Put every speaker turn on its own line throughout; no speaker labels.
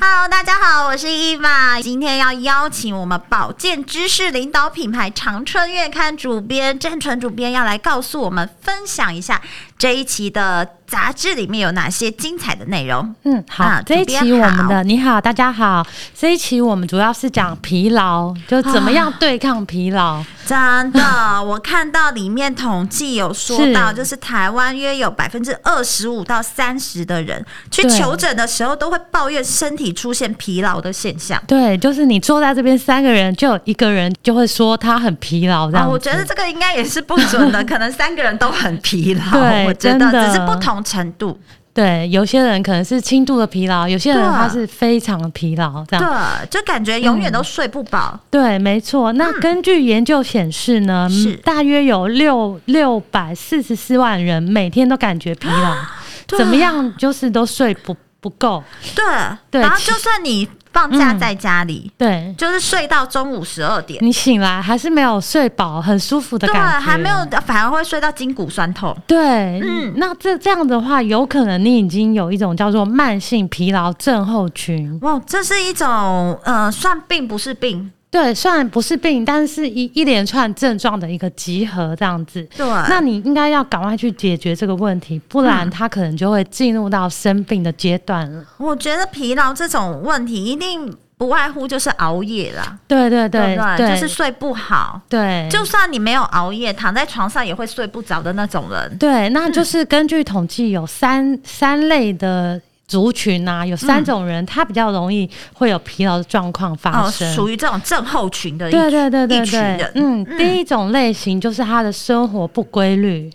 Hello，大家好，我是伊娃。今天要邀请我们保健知识领导品牌长春月刊主编郑纯主编要来告诉我们分享一下这一期的杂志里面有哪些精彩的内容。
嗯，好，
啊
这一
主编
期我们
好
的你好，大家好，这一期我们主要是讲疲劳，就怎么样对抗疲
啊
劳。
真的，我看到里面统计有说到，
是
就是台湾约有百分之二十五到三十的人去
对
求诊的时候，都会抱怨身体出现疲劳的现象。
对，就是你坐在这边三个人，就有一个人就会说他很疲劳这样
啊，
子、
我觉得这个应该也是不准 的，可能三个人都很疲劳，
对
我觉得
真的
只是不同程度。
对，有些人可能是轻度的疲劳，有些人
对
他是非常的疲劳这样。
对，就感觉永远都睡不饱。
对，没错。那根据研究显示呢，嗯
是
大约有六六百四十四万人每天都感觉疲劳，
啊对
怎么样就是都睡不不够。
对，
嗯对
然后
其
就算你放假在家里，
对，
就是睡到中午十二点，
你醒来还是没有睡饱，很舒服的
对，
嗯感觉，
还没有，呃反而会睡到筋骨酸痛。
对，
嗯
嗯，那这这样的话，有可能你已经有一种叫做慢性疲劳症候群。
哇，这是一种呃，算病不是病，
对，虽然不是病，但是一一连串症状的一个集合这样子。
对，
那你应该要赶快去解决这个问题，不
嗯
然它可能就会进入到生病的阶段了。
我觉得疲劳这种问题一定不外乎就是熬夜啦，
对对对
不
对，
就是睡不好。
对，
就算你没有熬夜，躺在床上也会睡不着的那种人。
对，那
嗯
就是根据统计有三、三类的族群啊，有三种人，他比较容易会有疲劳的状况发
哦，
生。
属于这种症候群的一
对对对
一
对
群
对
人，
嗯，
嗯
第一种类型就是他的生活不规律，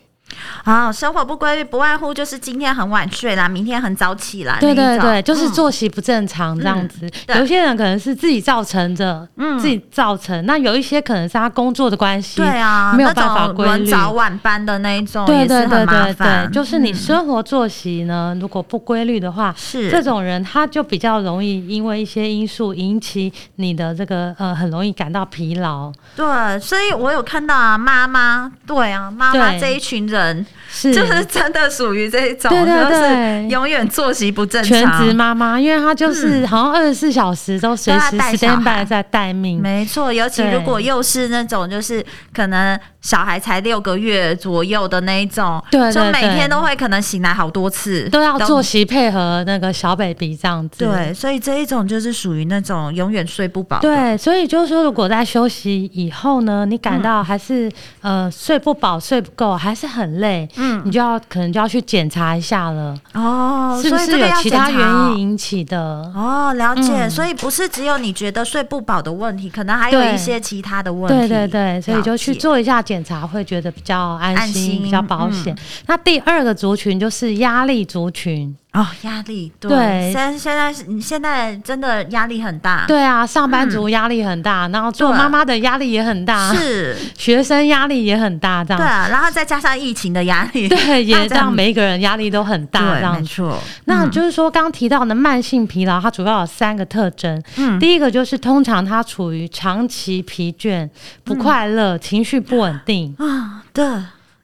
啊、生活不规律，不外乎就是今天很晚睡啦，明天很早起啦。
对
那
对
一种
对，就是
嗯
作息不正常这样子。
对
有些人可能是自己造成的，
嗯
自己造成。那有一些可能是他工作的关系，
对啊，
没有
那
办法
种
规
轮
律
早晚班的那一种
对
也是
对
很
对
麻
对
烦。
对，就是你
嗯
生活作息呢，如果不规律的话，
是
这种人他就比较容易因为一些因素引起你的这个呃，很容易感到疲劳。
对，所以我有看到啊，妈妈，对啊，妈妈
对
这一群人
是，
就是真的属于这种，
对对
就是
对
永远作息不正
全
常，嗯
职妈妈，因为她就是好像二十四小时都随时
都要带小
stand
孩
by 在待命。
没错，尤其
对
如果又是那种就是可能小孩才六个月左右的那一种，
对对
就每
对
天都会可能醒来好多次，
都要作息配合那个小 baby 这样子，
对，所以这一种就是属于那种永远睡不饱的，
对，所以就是说，如果在休息以后呢，你感
嗯
到还是、呃睡不饱、睡不够，还是很累，
嗯
你就要可能就要去检查一下了，
哦，
是不
所以
是
这个
有
要
其
检
他
查
原
哦
因引起的？
哦，了解。
嗯
所以不是只有你觉得睡不饱的问题，可能还有
对
一些其他的问
对
题。
对对，所以就去
了解。
做一下检查，会觉得比较安
安
心、
心嗯
比较保险。那第二个族群就是压力族群，
哦，压力对，现
对
在现在是你现在真的压力很大，，
对啊，上班族压力很大，然后做
对
妈妈的压力也很大，
是，
学生压力也很大，这样
对，啊然后再加上疫情的压力，
对，也
大家
让每一个人压力都很大，
对
这
没
样子。
错，嗯
那就是说，刚刚提到的慢性疲劳，它主要有三个特征。
嗯
第一个就是通常它处于长期疲倦、不快
嗯
乐、情绪不稳定。
啊，对，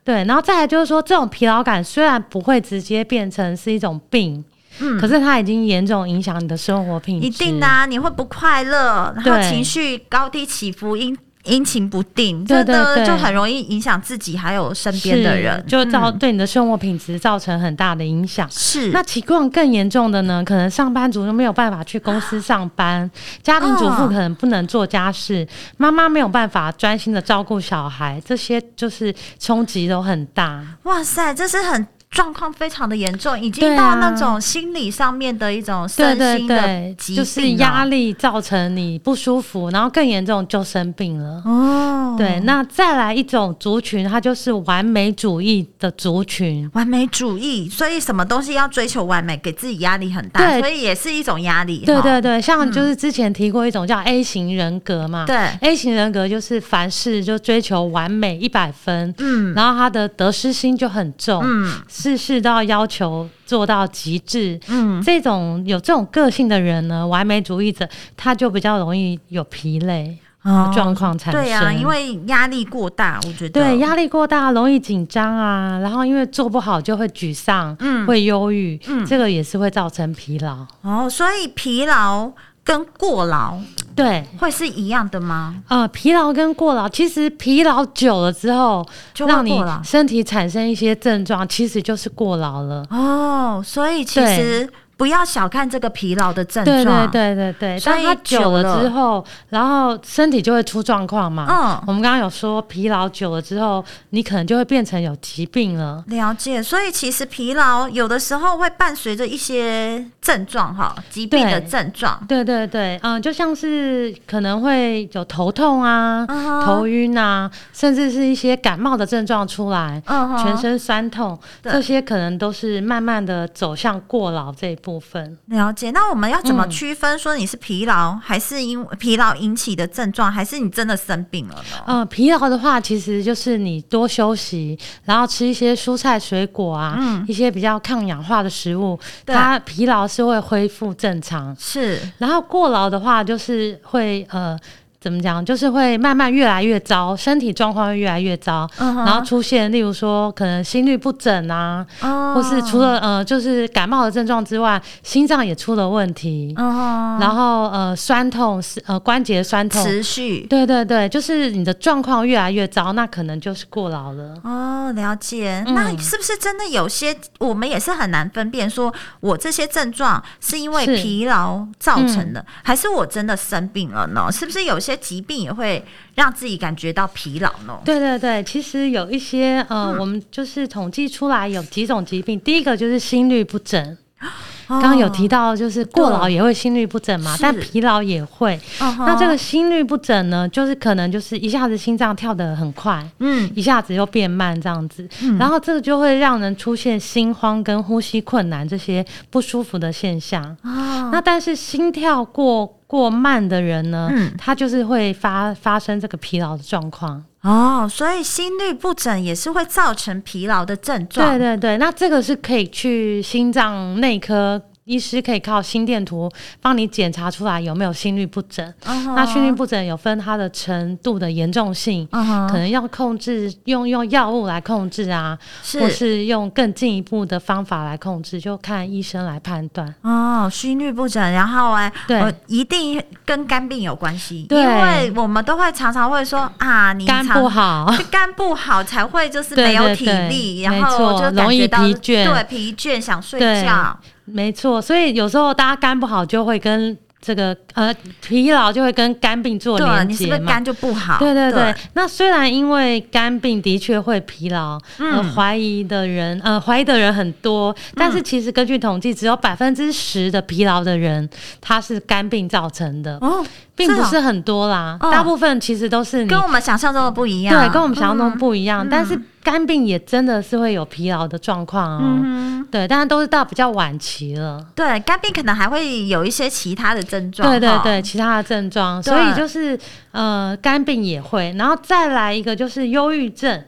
对，然后再来就是说，这种疲劳感虽然不会直接变成是一种病，
嗯
可是它已经严重影响你的生活品质。
啊一定的、啊，你会不快乐，然后
对
情绪高低起伏，因阴晴不定，
对
真的
对对
就很容易影响自己还有身边的
是
人，
就造
嗯
对你的生活品质造成很大的影响。
是
那情况更严重的呢，可能上班族就没有办法去公司上班，家庭
啊
主妇可能不能做家事，妈妈没有办法专心的照顾小孩，这些就是冲击都很大。
哇塞，这是很状况非常的严重，已经
对
到
啊
那种心理上面的一种
对
身
对
心的
对，
疾病、啊
就是压。力造成你不舒服，然后更严重就生病了。
哦，
对，那再来一种族群，它就是完美主义的族群。
完美主义，所以什么东西要追求完美，给自己压力很大，
对
所以也是一种压力。
对
哈
对对，像就是之前提过一种叫 A 型人格嘛，
嗯对，
A 型人格就是凡事就追求完美一百分，
嗯
然后他的得失心就很重，
嗯
事事都要要求做到极致。
嗯，
这种有这种个性的人呢，完美主义者，他就比较容易有疲累的
哦
状况产生。
对啊，因为压力过大，我觉得
对压力过大，容易紧张啊，然后因为做不好就会沮丧，
嗯
会忧郁，
嗯
这个也是会造成疲劳。
哦，所以疲劳跟过劳
对，
会是一样的吗？
呃，疲劳跟过劳，其实疲劳久了之后，
就会
让你
过劳
身体产生一些症状，其实就是过劳了。
哦，所以其
对
实不要小看这个疲劳的症
对对
状，
对对对，
所以
当它久了之后，然后身体就会出状况嘛。
嗯
我们刚刚有说，疲劳久了之后，你可能就会变成有疾病了。
了解，所以其实疲劳有的时候会伴随着一些症状哈，疾病的症状，
对对对，嗯、就像是可能会有头痛啊、
嗯哼
头晕啊，甚至是一些感冒的症状出来。
嗯哼
全身酸痛，
对
这些可能都是慢慢的走向过劳这一部分。
了解。那我们要怎么
嗯
区分说你是疲劳，还是因为疲劳引起的症状，还是你真的生病了呢？
呃，疲劳的话，其实就是你多休息，然后吃一些蔬菜水果啊，
嗯
一些比较抗氧化的食物，
对
它疲劳是会恢复正常。
是
然后过劳的话，就是会呃。怎么讲？就是会慢慢越来越糟，身体状况会越来越糟，
嗯哼
然后出现例如说可能心律不整啊，
哦
或是除了呃就是感冒的症状之外，心脏也出了问题，
哦，
然后呃酸痛是呃关节酸痛，
持续。
对对对，就是你的状况越来越糟，那可能就是过劳了。
哦，了解。那
嗯
是不是真的有些我们也是很难分辨，说我这些症状是因为
是嗯
疲劳造成的，还是我真的生病了呢？是不是有些疾病也会让自己感觉到疲劳呢？
对对对，其实有一些
嗯
呃，我们就是统计出来有几种疾病，第一个就是心律不整。
哦
刚刚有提，到，就是过劳
对
也会心律不整嘛，
是
但疲劳也会。
嗯哼
那这个心律不整呢，就是可能就是一下子心脏跳得很快，
嗯
一下子又变慢这样子，然后这个就会让人出现心慌跟呼吸困难这些不舒服的现象。
哦
那但是心跳过过慢的人呢，
嗯
他就是会发发生这个疲劳的状况。
哦，所以心律不整也是会造成疲劳的症状。
对对对，那这个是可以去心脏内科。医师可以靠心电图帮你检查出来有没有心律不整。
嗯哼
那心律不整有分它的程度的严重性，
嗯哼
可能要控制用用药物来控制啊，或
是
是用更进一步的方法来控制，就看医生来判断。
哦，心律不整，然后哎，
对
呃一定跟肝病有关系，因
对
为我们都会常常会说啊，你
肝
常
不好，
肝不好才会就是
对
没有
对
体
对
力，
没
然后
错
就感
容
觉
易
到
疲倦
对疲倦想睡
对
觉。
没错，所以有时候大家肝不好就会跟这个呃疲劳就会跟肝病做
对，啊
连
你是不
接
是
嘛
肝。就不好？
对对对，那虽然因为肝病的确会疲劳，
嗯
呃，怀疑的人，呃，怀疑的人很多，但是其实根据统计，只有百分之十的疲劳的人，他是肝病造成的，
哦，
并
是
不
哦
是很多啦，
哦
大部分其实都是你
跟我们想象中的不一样，
对，跟我们想象中不一样。
嗯
但是肝病也真的是会有疲劳的状况哦，
嗯哼
对，但是都是到比较晚期了。
对，肝病可能还会有一些其他的症状。
对对
哈
对，，其他的症状，
对
所以就是呃，肝病也会，然后再来一个就是忧郁症。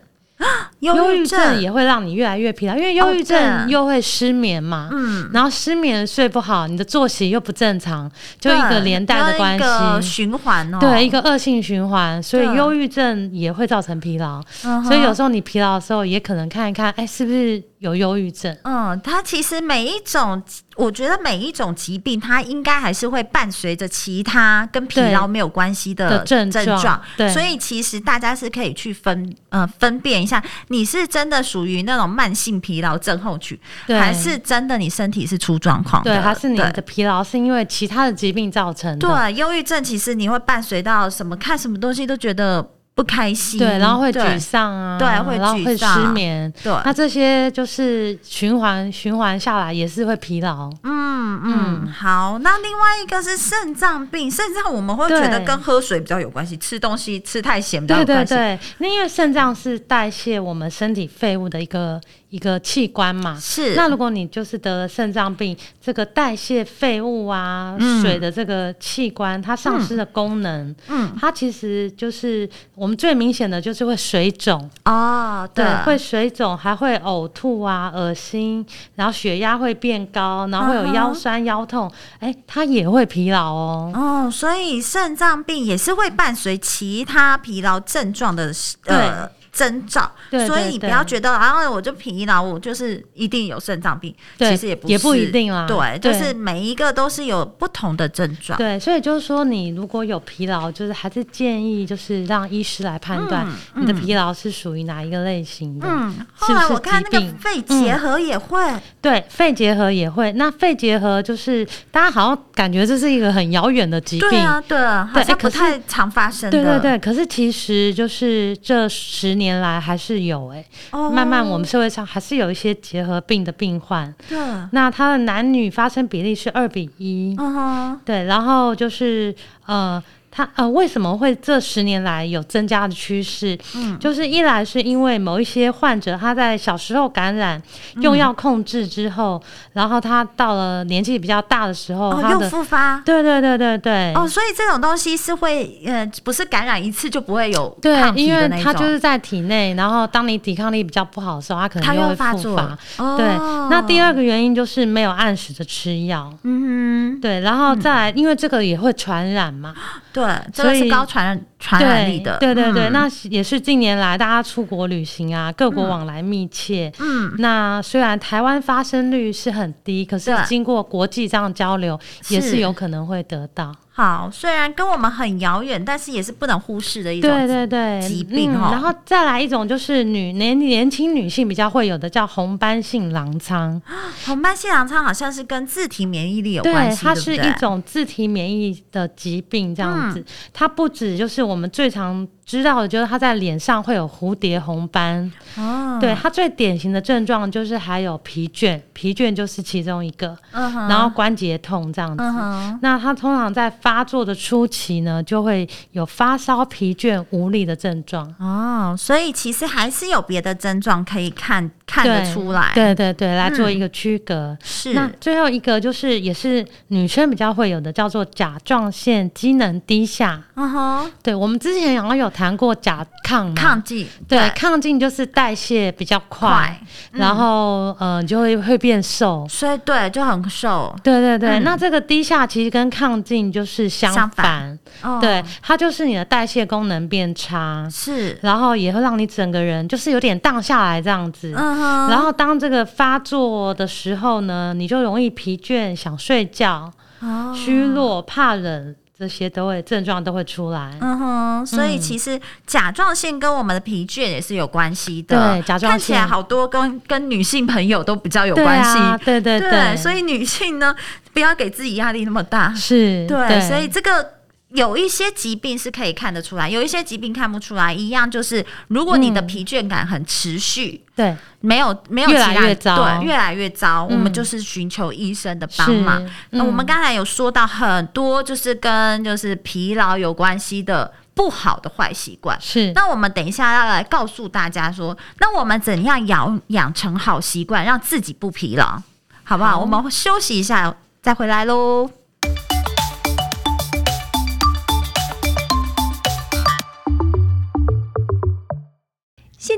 忧
忧郁
郁症
症
也会让你越来越疲劳，因为忧郁
哦
症
对
又会失眠嘛，
嗯，
然后失眠睡不好，你的作息又不正常，就一个
对
连带
有
的关
一个
系。
循环哦，
对，一个恶性循环，所以
对
忧郁症也会造成疲劳。
嗯哼，
所以有时候你疲劳的时候，也可能看一看，哎，是不是有忧郁症？
嗯，它其实每一种，我觉得每一种疾病，它应该还是会伴随着其他跟疲
对
劳没有关系的
的症
症
状对
所以其实大家是可以去分呃分辨一下，你是真的属于那种慢性疲劳症候群，
对，
还是真的你身体是出状况的？
对，还是你
对
的疲劳是因为其他的疾病造成的？
对啊忧郁症，其实你会伴随到什么看什么东西都觉得不开心，
对，然后会
对
沮丧啊，
对会
然后会
沮丧
失眠，
对，
那这些就是循环循环下来也是会疲劳。
嗯嗯，好。那另外一个是肾脏病，肾脏我们会觉得
对
跟喝水比较有关系，吃东西吃太咸比较
对
有
对
关系。
对，那因为肾脏是代谢我们身体废物的一个一个器官嘛。
是。
那如果你就是得了肾脏病，这个代谢废物啊、
嗯
水的这个器官，它丧失了功能，
嗯
它其实就是我们最明显的就是会水肿，
哦，
对，会水肿，还会呕吐啊、恶心，然后血压会变高，然后会有腰酸、腰痛，
嗯
哎、它也会疲劳哦。
哦，所以肾脏病也是会伴随其他疲劳症状的呃征兆，
对
所以
对
你不
对
要觉得啊，我就疲劳，我就是一定有肾脏病，
对
其实也不
也不
是
一定啦
对，就
对
是每一个都是有不同的症状，
对，所以就是说，你如果有疲劳，就是还是建议就是让医师来判断
嗯
你的
嗯
疲劳是属于哪一个类型的。
嗯，
是
后
不
来
是
我看
疾
那个
病
肺
嗯
结核也会，
对，肺结核也会。那肺结核就是大家好像感觉这是一个很遥远的疾病，
对啊，对啊，好
对
像
哎
不
可是
太常发生的。
对对对，可是其实就是这十年来还是有哎、
哦
慢慢我们社会上还是有一些结核病的病患，
对，嗯
那它的男女发生比例是二比一、
哼，
对，然后就是呃。它呃，为什么会这十年来有增加的趋势？
嗯
就是一来是因为某一些患者他在小时候感染，
嗯
用药控制之后，然后他到了年纪比较大的时候，
哦，
他
又
的
复发。
对对对对对，
哦，所以这种东西是会，呃，不是感染一次就不会有
对
抗，体
因
的
为
那一
它就
种
是在体内，然后当你抵抗力比较不好的时候，它可
它
能
又
会
发
复
作
发。
哦
对，那第二个原因就是没有按时的吃药。
嗯
对，然后再来，因为这个也会传染嘛，
哼，对，这
所
个是
以
高传染传染
对
力的，
对对对，
嗯
那也是近年来大家出国旅行啊，各国往来密切。
嗯，
那虽然台湾发生率是很低，可是
对
经过国际这样交流，也
是
是有可能会得到。
好，虽然跟我们很遥远，但是也是不能忽视的一种
对对对，
疾病哦
嗯。然后再来一种就是女年年轻女性比较会有的叫红斑性狼疮，
红斑性狼疮好像是跟自体免疫力有关
对，
系，
它
不
是
对嗯
一种自体免疫的疾病，这样子。它不止就是我们最常知道的，就是它在脸上会有蝴蝶红斑，
哦，
对，它最典型的症状就是还有疲倦，疲倦就是其中一个，
嗯哼，
然后关节痛这样子。
嗯哼，
那它通常在发作的初期呢，就会有发烧、疲倦、无力的症状。
哦，所以其实还是有别的症状可以看看得
对
出来，嗯
对对对，来做一个区隔。
是
那最后一个就是也是女生比较会有的，叫做甲状腺机能低下。
嗯哼，
对，我们之前好像有谈过甲亢嘛，
抗剂
对亢进就是代谢比较快，
快，嗯
然后呃就会会变瘦。
所以对就很瘦，
对对对，
嗯
那这个低下其实跟亢进就是相
相反
反
哦
对，它就是你的代谢功能变差，
是，
然后也会让你整个人就是有点荡下来这样子。
嗯哼，
然后当这个发作的时候呢，你就容易疲倦、想睡觉、
哦
虚弱、怕冷，这些都会症状都会出来。
嗯哼，所以其实甲状腺跟我们的疲倦也是有关系的。
对甲状
看起来
腺
好多跟跟女性朋友都比较有
对
关系。
啊，对对
所以女性呢，不要给自己压力那么大。
是
对，所以这个有一些疾病是可以看得出来，有一些疾病看不出来。一样就是，如果你的
嗯
疲倦感很持续，
对
没有没有
越
其
来
他
越糟
对，越来越糟，我们
嗯
就是寻求医生的帮
是
忙。那我
嗯
们刚才有说到很多，就是跟就是疲劳有关系的不好的坏习惯。
嗯是
那我们等一下要来告诉大家说，那我们怎样养养成好习惯，让自己不疲劳，好不好？我们休息一下再回来喽。
现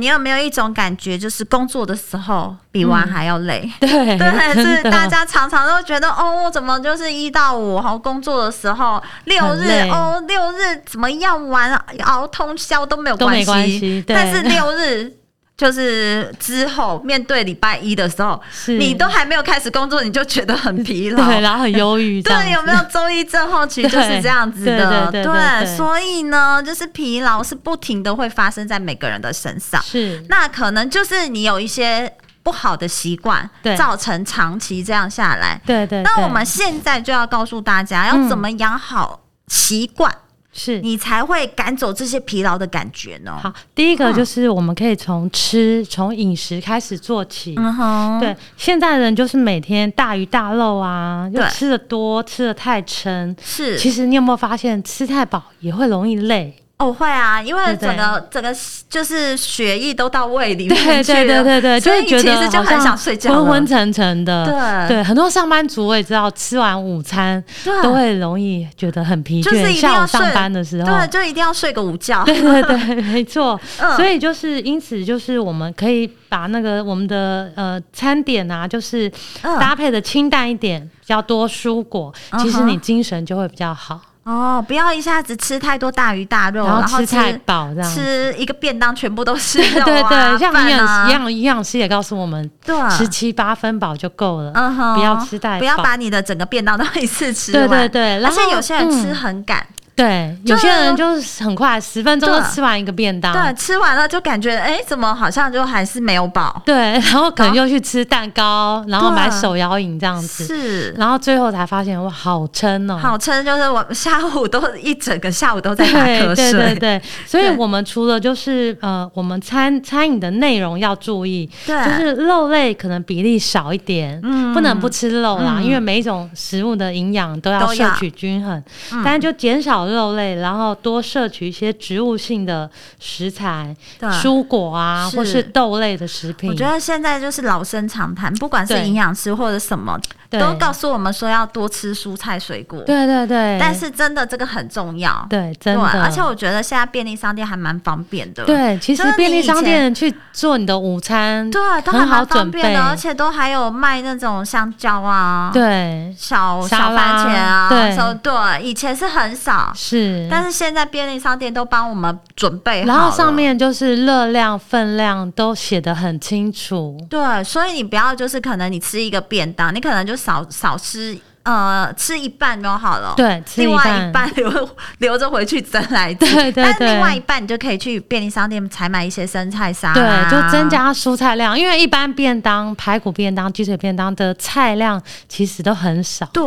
你有没有一种感觉，就是工作的时候比玩还要累？
对
对，是
哎真的
大家常常都觉得哦，我怎么就是一到五，然后工作的时候六
很
日
累
哦，六日怎么样玩熬通宵都没有
都
关
没
系，
关系对
但是六日。就是之后面对礼拜一的时候，
是
你都还没有开始工作，你就觉得很疲劳，
对，然后很忧郁，这样
对，
子
有没有周一症候群
对
就是这样子的？
对对对对对
所以呢，就是疲劳是不停的会发生在每个人的身上。
是
那可能就是你有一些不好的习惯
对，
造成长期这样下来。
对对，
那
对
我们现在就要告诉大家，要
嗯
怎么养好习惯，
是
你才会赶走这些疲劳的感觉呢？
好，第一
嗯
个就是我们可以从吃、从饮食开始做起。
嗯哼，
对，现在人就是每天大鱼大肉啊，又
对
吃的多，吃的太撑。其
是
实你有没有发现，吃太饱也会容易累？
哦，会啊，因为
对对
整个整个就是血液都到胃里
对
面去
对对
了，
对对，
所
会
以
觉
其
得
实就
好
很
像
想睡觉了，
昏昏沉沉的。
对
对，很多上班族我也知道，吃完午餐
对
都会容易觉得很疲
就是
倦。
一定
下
要
午
睡
上班的时候，
对，就一定要睡个午觉。
哦对 对对，没错。
嗯
所以就是，因此就是，我们可以把那个我们的呃餐点啊，就是
嗯
搭配的清淡一点，比较多蔬果，
嗯哼
其实你精神就会比较好。
哦，不要一下子吃太多大鱼大肉，
然后
然后
吃太饱这样
吃一个便当全部都 是
对
肉
对
啊，
对，像
饭
营
啊
养营养营养师也告诉我们，
对
吃七八分饱就够了，
嗯哼，
不要吃太饱。
不要把你的整个便当都一次吃
对
完。
对对，然
而
后
且有些人吃
嗯
很赶，
对，
对
有
啊
些人就是很快，十分钟
对
就吃完一个便当。
对，吃完了就感觉哎，怎么好像就还是没有饱？
对，然后可能又去吃蛋糕，然后
对
买手摇饮这样子。
是。
然后最后才发现哇，好撑哦、
好撑，就是我下午都一整个下午都在打
对
瞌睡，
对对对，所以
对
我们除了就是呃，我们餐餐饮的内容要注意，
对
就是肉类可能比例少一点，
嗯
不能不吃肉啦，
嗯
因为每一种食物的营养都要
都
摄
要
取均衡，
嗯
但是就减少肉类，然后多摄取一些植物性的食材、
对
蔬果啊，
是
或是豆类的食品。
我觉得现在就是老生常谈，不管是
对
营养师或者什么，
对
都告诉我们说要多吃蔬菜水果。
对对对，
但是真的这个很重要。
对真的，
啊而且我觉得现在便利商店还蛮方便的。。
对，其实
就是你
便利
以前
商店去做你的午餐，
对，啊都还
很好
蛮
准
方
备
便的，而且都还有卖那种香蕉啊，，
对，
小
沙
小
拉
番茄啊，
对
手对，以前是很少，
是，
但是现在便利商店都帮我们准备好了
然后上面就是热量、分量都写得很清楚。
对，所以你不要就是可能你吃一个便当，你可能就少少吃呃吃一半就好了，，
对，吃
另外
半
一半留留着回去蒸来吃，
对对
但是
对
另外一半你就可以去便利商店采买一些生菜沙
对
拉，，
就增加蔬菜量，因为一般便当、排骨便当、鸡腿便当的菜量其实都很少。
对，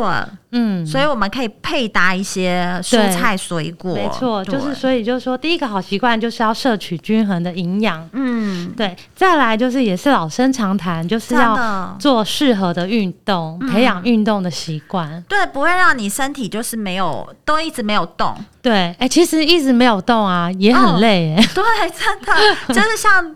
嗯，
所以我们可以配搭一些蔬菜水果，
没错，
对
就是所以就是说，第一个好习惯就是要摄取均衡的营养。
嗯，
对，再来就是也是老生常谈，就是
真
要
的。嗯
做适合的运动，培养运动的习惯。
对，不会让你身体就是没有，都一直没有 动。
对，哎、其实一直没有动啊，也
哦
很累、哎、
对，真的就是像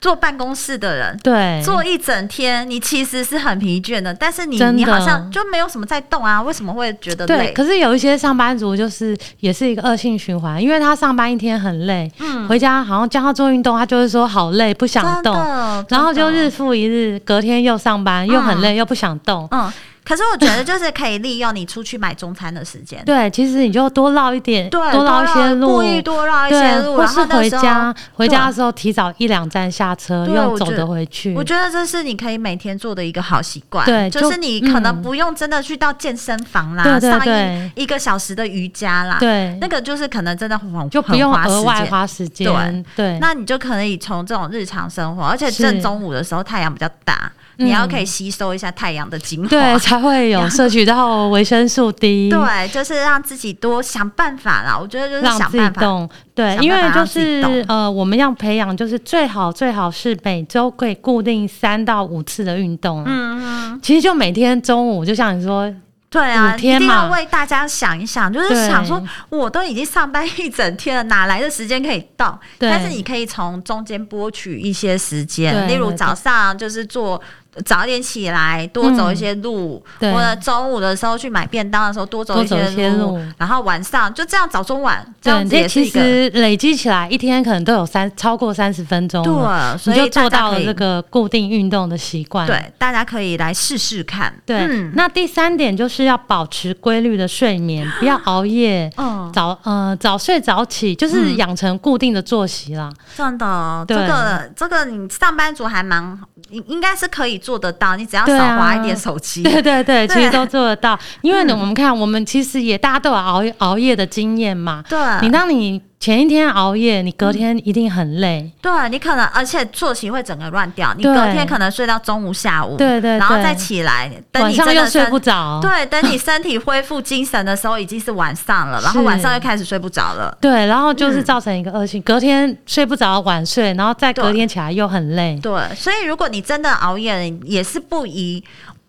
坐办公室的人，
对，
坐一整天，你其实是很疲倦的，但是你
真的
你好像就没有什么在动啊，为什么会觉得
对，
累？
可是有一些上班族就是也是一个恶性循环，因为他上班一天很累，回家好像叫他做运动，他就会说好累，不想
嗯真
动，
的，
然后
真
就
的
日复一日，隔天又上班，又很累，又不想动。
嗯，可是我觉得就是可以利用你出去买中餐的时间，
对，其实你就多绕一点，
对，啊
多绕一些路
故，意多绕一些
对，
路，
或
然
是
后那
回
时候
家，回家
对
的时候提早一两站下车，
对
用
我
走
觉
的
得
回去。
我觉得这是你可以每天做的一个好习惯，
对
就
就是
你可能
嗯
不用真的去到健身房啦，
对对
上
对
一一个小时的瑜伽啦，，
对，
那个就是可能真的很
就不用
很花时
额外
间
花时间。对，
那你就可以从这种日常生活，而且
是
正中午的时候太阳比较大，
嗯
你要可以吸收一下太阳的精华。
对才 会有摄取到维生素 D。
对就是让自己多想办法啦。我觉得就是
让
想
自己
办法。
动，对，
想
因
办
为
法
就
让自己
是
动
呃，我们要培养，就是最好最好是每周可以固定三到五次的运动啊。
嗯，嗯
其实就每天中午，就像你说，
对啊，
五
一
天
定要
嘛
为大家想一想，就是
对
想说，我都已经上班一整天了，哪来的时间可以动？
对
但是你可以从中间拨取一些时间，
对
例如
对
早上就是做早一点起来，多走一些路，
嗯对
或者中午的时候去买便当的时候多走
多
一
走一些
路
路，
然后晚上就这样早中晚这
对，
样子
这
也是
其
一个
实累积起来一天可能都有三超过三十分钟了，
对，所
嗯你
以
就做
大家
到
可
了
以
这个固定运动的习惯。
对，大家可以来试试看。嗯
对，那第三点就是要保持规律的睡眠，不要熬夜。
嗯，
早呃早睡早起，就是养成固定的作息啦。
真的，哦这
对
个这个你上班族还蛮应应该是可以做得到，你只要少
对啊
划一点手机。
对对
对
对，
嗯
其实都做得到，因为呢，我们看，我们其实也大家都有熬夜熬夜的经验嘛。
对
你当你前一天熬夜，你隔天一定很累。
对你可能，而且作息会整个乱掉，你
对
隔天可能睡到中午、下午，
对对
然后
对
再起来，等
晚
你
上
真
又
的
睡
身
不着，
对，等你身体恢复精神的时候已经是晚上了，然后
是
晚上又开始睡不着了。
对，然后就是造成一个恶性，隔天睡不着，晚睡，然后再
对
隔天起来又很累。
对，所以如果你真的熬夜了，也是不宜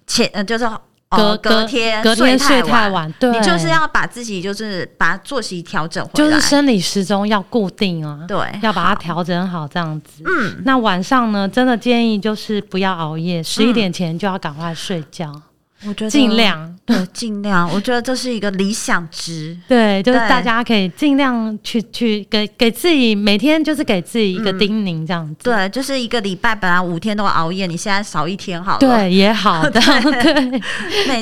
前，呃，就是呃
隔
隔天
隔
睡
天睡
太
太。晚，对，
你就是要把自己就是把作息调整回
就
来，
是生理时钟要固定啊，
对，
要把它调整好这样子。
嗯，
那晚上呢，真的建议就是不要熬夜，十一点前就要赶快睡觉，
我觉得
尽量。
对尽量，我觉得这是一个理想值。
对，就是
对
大家可以尽量去去给给自己每天就是给自己一个叮咛这样子，
对，就是一个礼拜本来五天都熬夜，你现在少一天好了，
对，，也 好的，
嗯
对。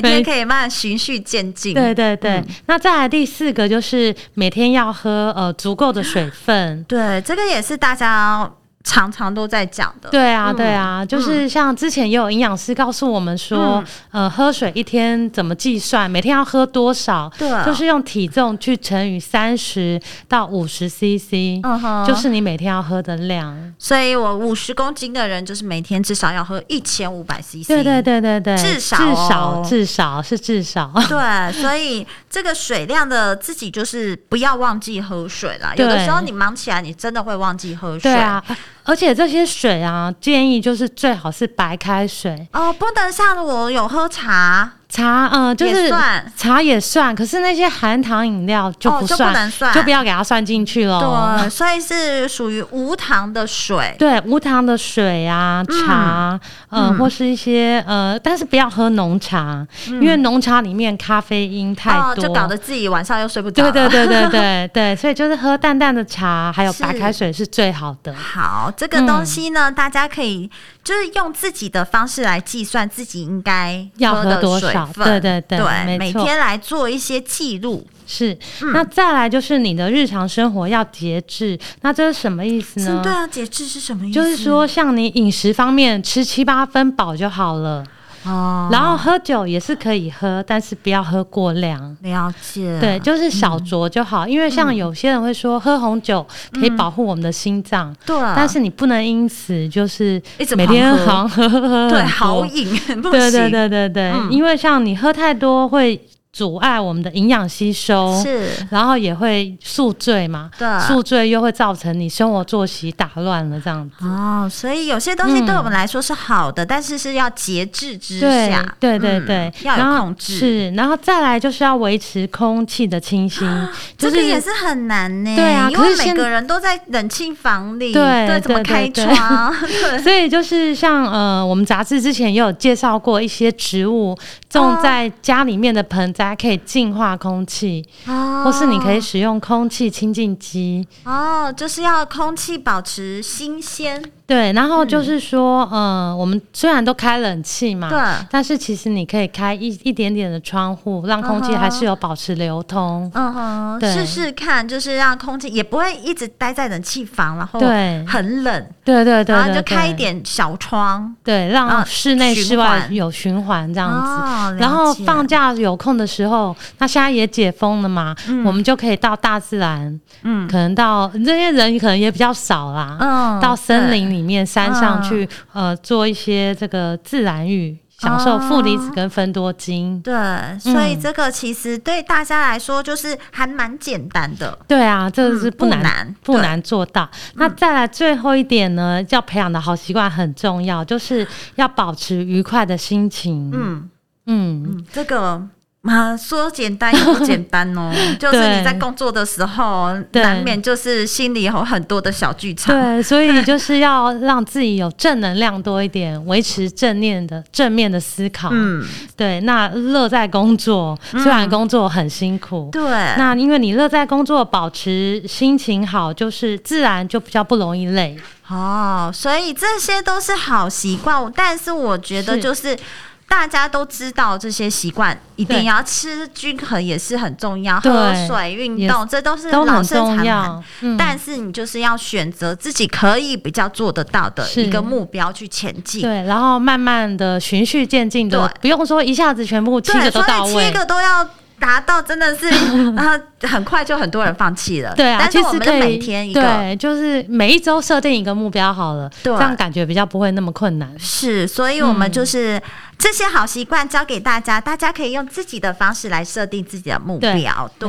每天可以慢慢循序渐进。。
对对对，那再来第四个就是每天要喝呃足够的水分
对，这个也是大家常常都在讲的。
对啊，对啊，
嗯
就是像之前也有营养师告诉我们说，
嗯
呃，喝水一天怎么计算，每天要喝多少，
对啊
就是用体重去乘以三十到五十 CC，、
嗯哼，
就是你每天要喝的量。
所以我五十公斤的人，就是每天至少要喝一千五百 CC。
对对对对对，
至少
至
哦
少至少是至少。
对，所以这个水量的自己就是不要忘记喝水啦。有的
对
时候你忙起来，你真的会忘记喝水。
对啊，而且这些水啊，建议就是最好是白开水，
哦，不能像我有喝茶，
茶，嗯、就
也
是
算
茶也算，可是那些含糖饮料就
哦
不
就不
算，
能算
不要给它算进去喽。
对，所以是属于无糖的水。
对，无糖的水啊，
嗯
茶，呃，或是一些呃，但是不要喝浓茶，因为浓茶里面咖啡因太
嗯哦，
多，
就搞得自己晚上又睡不着。
对对。对对对对，所以就是喝淡淡的茶，还有白
是
开水是最好的。
好，这个东西呢，大家可以就是用自己的方式来计算自己应该
要喝
的
多
水
少
分，
对对对没
每
错
天来做一些记录，
是，
嗯
那再来就是你的日常生活要节制，那这是什么意思
是
呢？
对啊，节制是什么意思？
就是说，像你饮食方面吃七八分饱就好了，
哦，
然后喝酒也是可以喝，但是不要喝过量。
了解，
对，就是少
嗯
酌就好，因为像有些人会说喝红酒可以保护我们的心脏，
对，
但是你不能因此就是
嗯一直
每
狂
天
喝
好像喝喝喝
对
很
好
多
瘾啊不行，
对对对对对，
嗯
因为像你喝太多会阻碍我们的营养吸收，
是，
然后也会宿醉嘛，
对
宿醉又会造成你生活作息打乱了这样子。
哦，所以有些东
嗯
西对我们来说是好的，但是是要节制之下，
对对
嗯
对对，
要
然
有
后
控制，
是，然后再来就是要维持空气的清新，就
啊这
是
个也是很难呢。
对啊
因
可
为
是
每
现
个人都在冷气房里，
对
怎么
对对
开
对
窗？ 对
所以就是像呃，我们杂志之前也有介绍过一些植物种
哦
在家里面的盆栽可以净化空气，
哦
或是你可以使用空气清净机。
哦哦，就是要空气保持新鲜，
对，然后就是说，嗯、呃，我们虽然都开冷气嘛，
对
但是其实你可以开一一点点的窗户，让空气
嗯哼
还是有保持流通。
嗯哼，
对
试试看，就是让空气也不会一直待在冷气房，然后
对
很冷，
对对对
哦然后
对
你
对，
就开一，点小窗，
对，
啊
让室内
循
室外
环
有循环这样子。
哦了
然后
解
放假有空的时候，那现在也解封了嘛，我们就可以到大自然，
嗯
可能到这些人可能也比较少啦，
嗯
到森林
对
里面、山上
嗯
去，呃，做一些这个自然浴，享受负离子
哦
跟分多精。
对，所以
嗯
这个其实对大家来说就是还蛮简单的。
对啊，这个是
嗯
不难、
不难
不难做到。那再来最后一点呢，要培养的好习惯很重要，就是要保持愉快的心情。嗯
嗯
嗯，
嗯，这个嘛说简单也不简单 哦，就是
对
你在工作的时候，
对
难免就是心里有很多的小剧场。
对，所以就是要让自己有正能量多一点，维持正念的正面的思考。
嗯，
对，那乐在工作，虽然工作很辛苦。
对，
那因为你乐在工作，保持心情好，就是自然就比较不容易累。
哦，所以这些都是好习惯，但是我觉得
是
就是大家都知道这些习惯一定
对
要吃均衡也是很重要，
对
喝水、运动这都是
都
老
很
生
重
常
要
谈。。
嗯
但是你就是要选择自己可以比较做得到的
是
一个目标去前进。
对，然后慢慢的循序渐进的
对，
不用说一下子全部七
对，
个
所
都
以
到位
七。个都要达到，真的 是，然后很快就很多人放弃了。
对啊，
但是
其
我
实
们
可
就
以
每天一个。
对，就是每一周设定一个目标好了，
对
这样感觉比较不会那么困难。
是，所以我们
嗯
就是、这些好习惯教给大家，大家可以用自己的方式来设定自己的目标。
对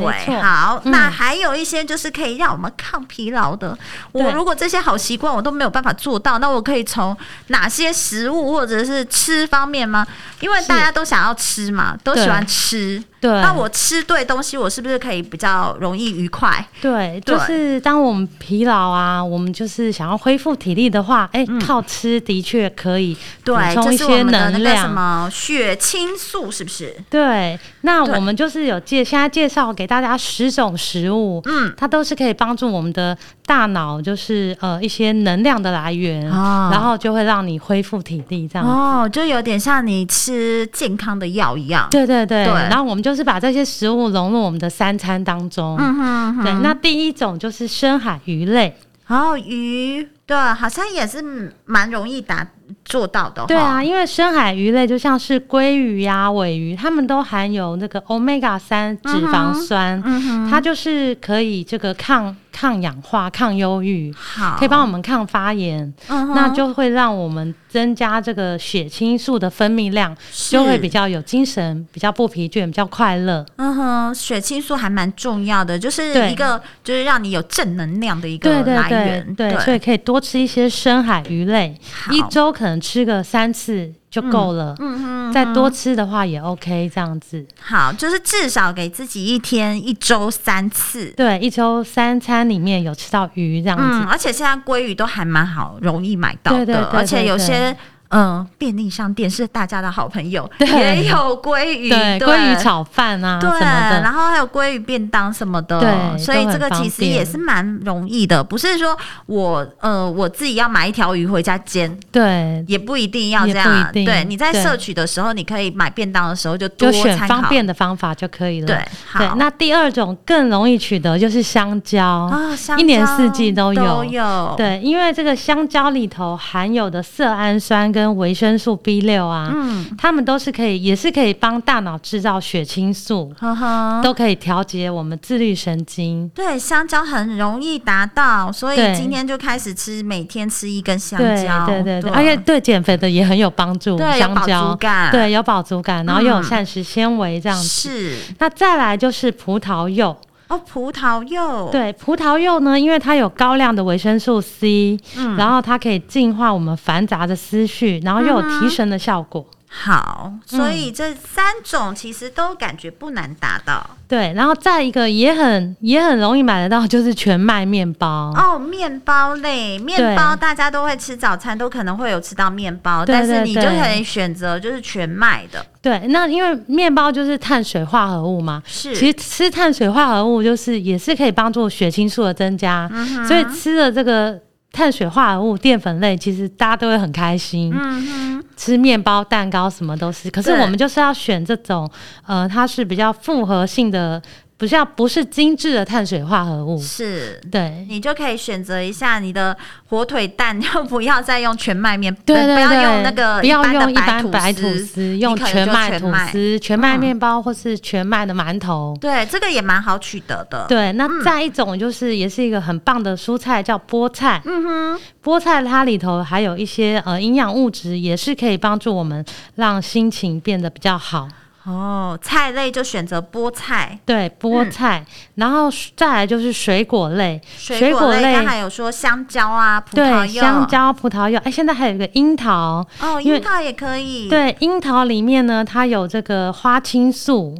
对，
没错
好，
嗯
那还有一些就是可以让我们抗疲劳的。我
对
如果这些好习惯我都没有办法做到，那我可以从哪些食物或者是吃方面吗？因为
是
大家都想要吃嘛，都喜
对
欢吃。
对，
那我吃对东西，我是不是可以比较容易愉快？
对，就是当我们疲劳啊，我们就是想要恢复体力的话，哎、靠吃的确可以
嗯
补
对，
充
就
一
是我
些
们的那
能
个什
量。
么血清素，是不是？
对，那
对
我们就是有介现在介绍给大家十种食物，
嗯，
它都是可以帮助我们的大脑，就是呃一些能量的来源，
哦
然后就会让你恢复体力这样。
哦，就有点像你吃健康的药一样。
对对对，
对
然后我们就是把这些食物融入我们的三餐当中。
嗯哼哼，
对，那第一种就是深海鱼类，
然后鱼，对，啊好像也是蛮容易达做到的。
对啊，，因为深海鱼类就像是鲑鱼呀、尾鱼，它们都含有那个 omega 三脂肪酸，
嗯哼，
它就是可以这个抗抗氧化、抗忧郁，
好，
可以帮我们抗发炎，
嗯哼，
那就会让我们增加这个血清素的分泌量，就会
是
比较有精神，比较不疲倦，比较快乐。
嗯哼，血清素还蛮重要的，就是
对
一个就是让你有正能量的一个
对对
来源
对。对，所以可以多吃一些深海鱼类，
好
一周可能吃个三次就够了。
嗯哼，
再多吃的话也 OK，这样子。
好，就是至少给自己一天一周三次。
对，一周三餐里面有吃到鱼这样
嗯，
子。
而且现在鲑鱼都还蛮好，容易买到的，
对对对
而且有
对
些。嗯，便利商店是大家的好朋友，
对
也有鲑鱼，
对，鲑鱼。炒饭啊
对，
什么
然
的。
后还有鲑鱼便当什么的，
对
所以
都
这
很
个其
方
实
便
也是蛮容易的，不是说我呃我自己要买一条鱼回家煎，
对，
也不一定要
也
这
不
样
一。定
对，你在
对
摄取的时候，你可以买便当的时候就多
就选
参
方
考。
便的方法就可以了。
对，好，
对，那第二种更容易取得就是香蕉。
啊，香
哦一年
蕉
四季都有
都有，
对，因为这个香蕉里头含有的色氨酸跟维生素 B 六啊，
嗯，
它们都是可以，也是可以帮大脑制造血清素，
呵呵，
都可以调节我们自律神经。
对，香蕉很容易达到，所以
对
今天就开始吃，每天吃一根香
对
蕉，啊
对对对，而且对减肥的也很有帮助，
对有
香
饱足
蕉，
感，
对，有饱足感，然后又有
嗯
膳食纤维这样子。
是
那再来就是葡萄柚，
哦，葡萄柚，，
对，葡萄柚呢，因为它有高量的维生素 C，、
嗯，
然后它可以净化我们繁杂的思绪，然后又有提神的效果。
嗯好，所
嗯
以这三种其实都感觉不难达到
对，然后再一个也很也很容易买得到，就是全麦面包。
哦。面包类，面包大家都会吃，早餐都可能会有吃到面包，
对
但是
对
你就
对
可以选择就是全麦的，
对，那因为面包就是碳水化合物嘛，
是，
其实吃
嗯
碳水化合物就是也是可以帮助血清素的增加，所以吃了这个。碳水化合物、淀粉类，其实大家都会很开心。
嗯哼，
吃面包、蛋糕什么都是，可是
对
我们就是要选这种，呃，它是比较复合性的，不像不是精致的碳水化合物。
是。
对，
你就可以选择一下你的火腿蛋， 就不要再用全麦面，呃
对对对，
不要用那个
不要用
一
一
般
般
的
白
白
吐
司。
司，用
可能
全
就
麦
全
吐
麦
司、全麦
嗯
面包或是全麦的馒头。
对，这个也蛮好取得的。，
对，
嗯
那再一种就是也是一个很棒的蔬菜，叫菠菜。嗯哼，菠菜它里头还有一些呃营养物质，也是可以帮助我们让心情变得比较好。
哦，菜类就选择菠菜，
对，菠菜，然后再来就是水果类，
嗯水
果
类
类
刚才有说香蕉啊、葡萄
对，
柚、
香蕉、葡萄柚，哎，现在还有一个樱桃。
哦，
因为
樱桃也可以。，
对，樱桃里面呢，它有这个花青素，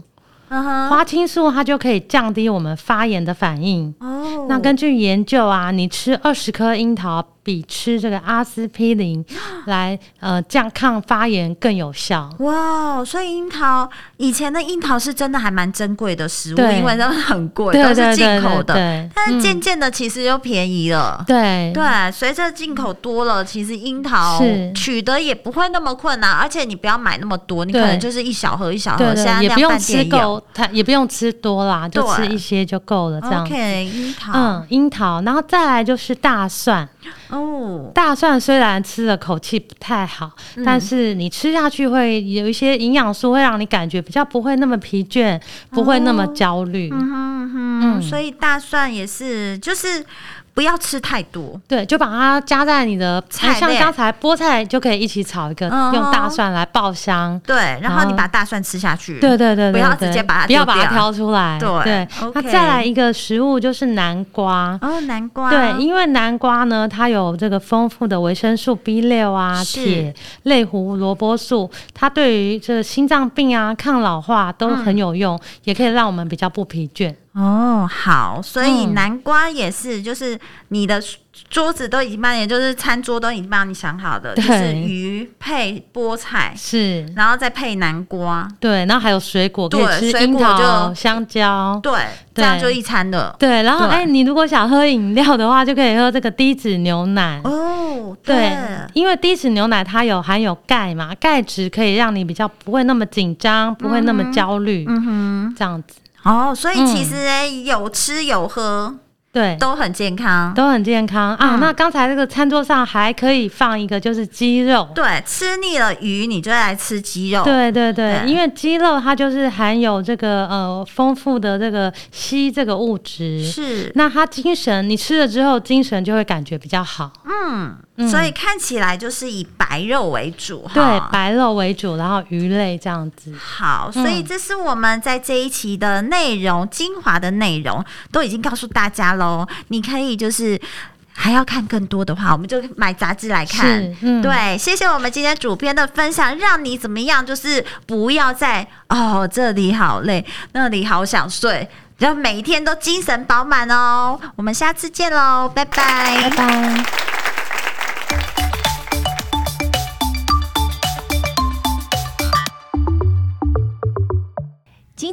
嗯哼，
花青素它就可以降低我们发炎的反应。
哦，
那根据研究啊，你吃二十颗樱桃比吃这个阿司 匹林来呃降抗发炎更有效。
哇，所以樱桃以前的樱桃是真的还蛮珍贵的食物，
对
因为它们很贵，
对
都
对
是
对
进口
对
的。
对，
但是
嗯
渐渐的，其实又便宜了。
对
对，随着进口多了，其实樱桃
嗯是
取得也不会那么困难，而且你不要买那么多，你可
对
能就是一小盒一小盒，
对
现在
对，也
量
不用
贩
吃
店也有。
够，它也不用吃多啦，就
对
吃一些就够了，这样。
OK，樱桃，
嗯，樱桃，然后再来就是大蒜。
哦，
大蒜虽然吃的口气不太好，
嗯
但是你吃下去会有一些营养素，会让你感觉比较不会那么疲倦，不会那么焦虑。
嗯哼嗯哼，
嗯
所以大蒜也是，就是不要吃太多。
对，就把它加在你的哎
菜
像
类
刚才菠菜就可以一起炒一个，
嗯
用大蒜来爆香。
对，然后你
哦
把大蒜吃下去。
对对对对，
不要
对
直接把它
不要
丢
把它
掉
挑出来。
对
对，那
OK
再来一个食物就是南瓜。
哦，南瓜。
对，因为南瓜呢，它有这个丰富的维生素 B 六啊、
是
铁、类胡萝卜素，它对于这个心脏病啊、抗老化
嗯
都很有用，也可以让我们比较不疲倦。
哦，好，所以
嗯
南瓜也是，就是你的桌子都已经帮你，就是餐桌都已经帮你想好的，就
对
是鱼配菠菜，
是，
然后再配南瓜，
对，然后还有水果可
对
以吃
水
樱
果
桃、
就
香蕉。
对，这
对
样就一餐了。
对，然后
对
哎，你如果想喝饮料的话，就可以喝这个低脂牛奶。
哦，
对，因为低脂牛奶它有含有钙嘛，钙质可以让你比较不会那么紧张，不会那么焦虑，
嗯哼，
这样子。
哦，所以
嗯
其实哎、有吃有喝
对，
都很健康。
都很健康啊。
嗯
那刚才这个餐桌上还可以放一个就是鸡肉，
对，吃腻了鱼，你就来吃鸡肉。
对对对，
对
因为鸡肉它就是含有这个呃丰富的这个硒这个物质。
是，
那它精神，你吃了之后精神就会感觉比较好。
嗯，所以看起来就是以白肉为主哈。
对，白肉为主，然后鱼类这样子。
好，所以
嗯
这是我们在这一期的内容、精华的内容都已经告诉大家喽。你可以就是还要看更多的话，我们就买杂志来看
是。，嗯，
对，谢谢我们今天主编的分享，让你怎么样，就是不要再哦，这里好累，那里好想睡，然后每一天都精神饱满哦。我们下次见喽，拜拜
拜拜。
今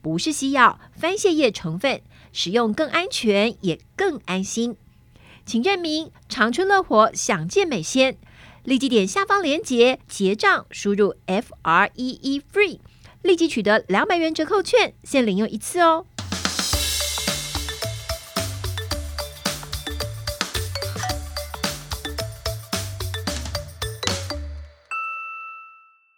不是西药、番泻叶成分，使用更安全也更安心。请认明长春乐活享健美鲜，立即点下方链接结账，输入 F R E E FREE，立即取得两百元折扣券，限领用一次哦。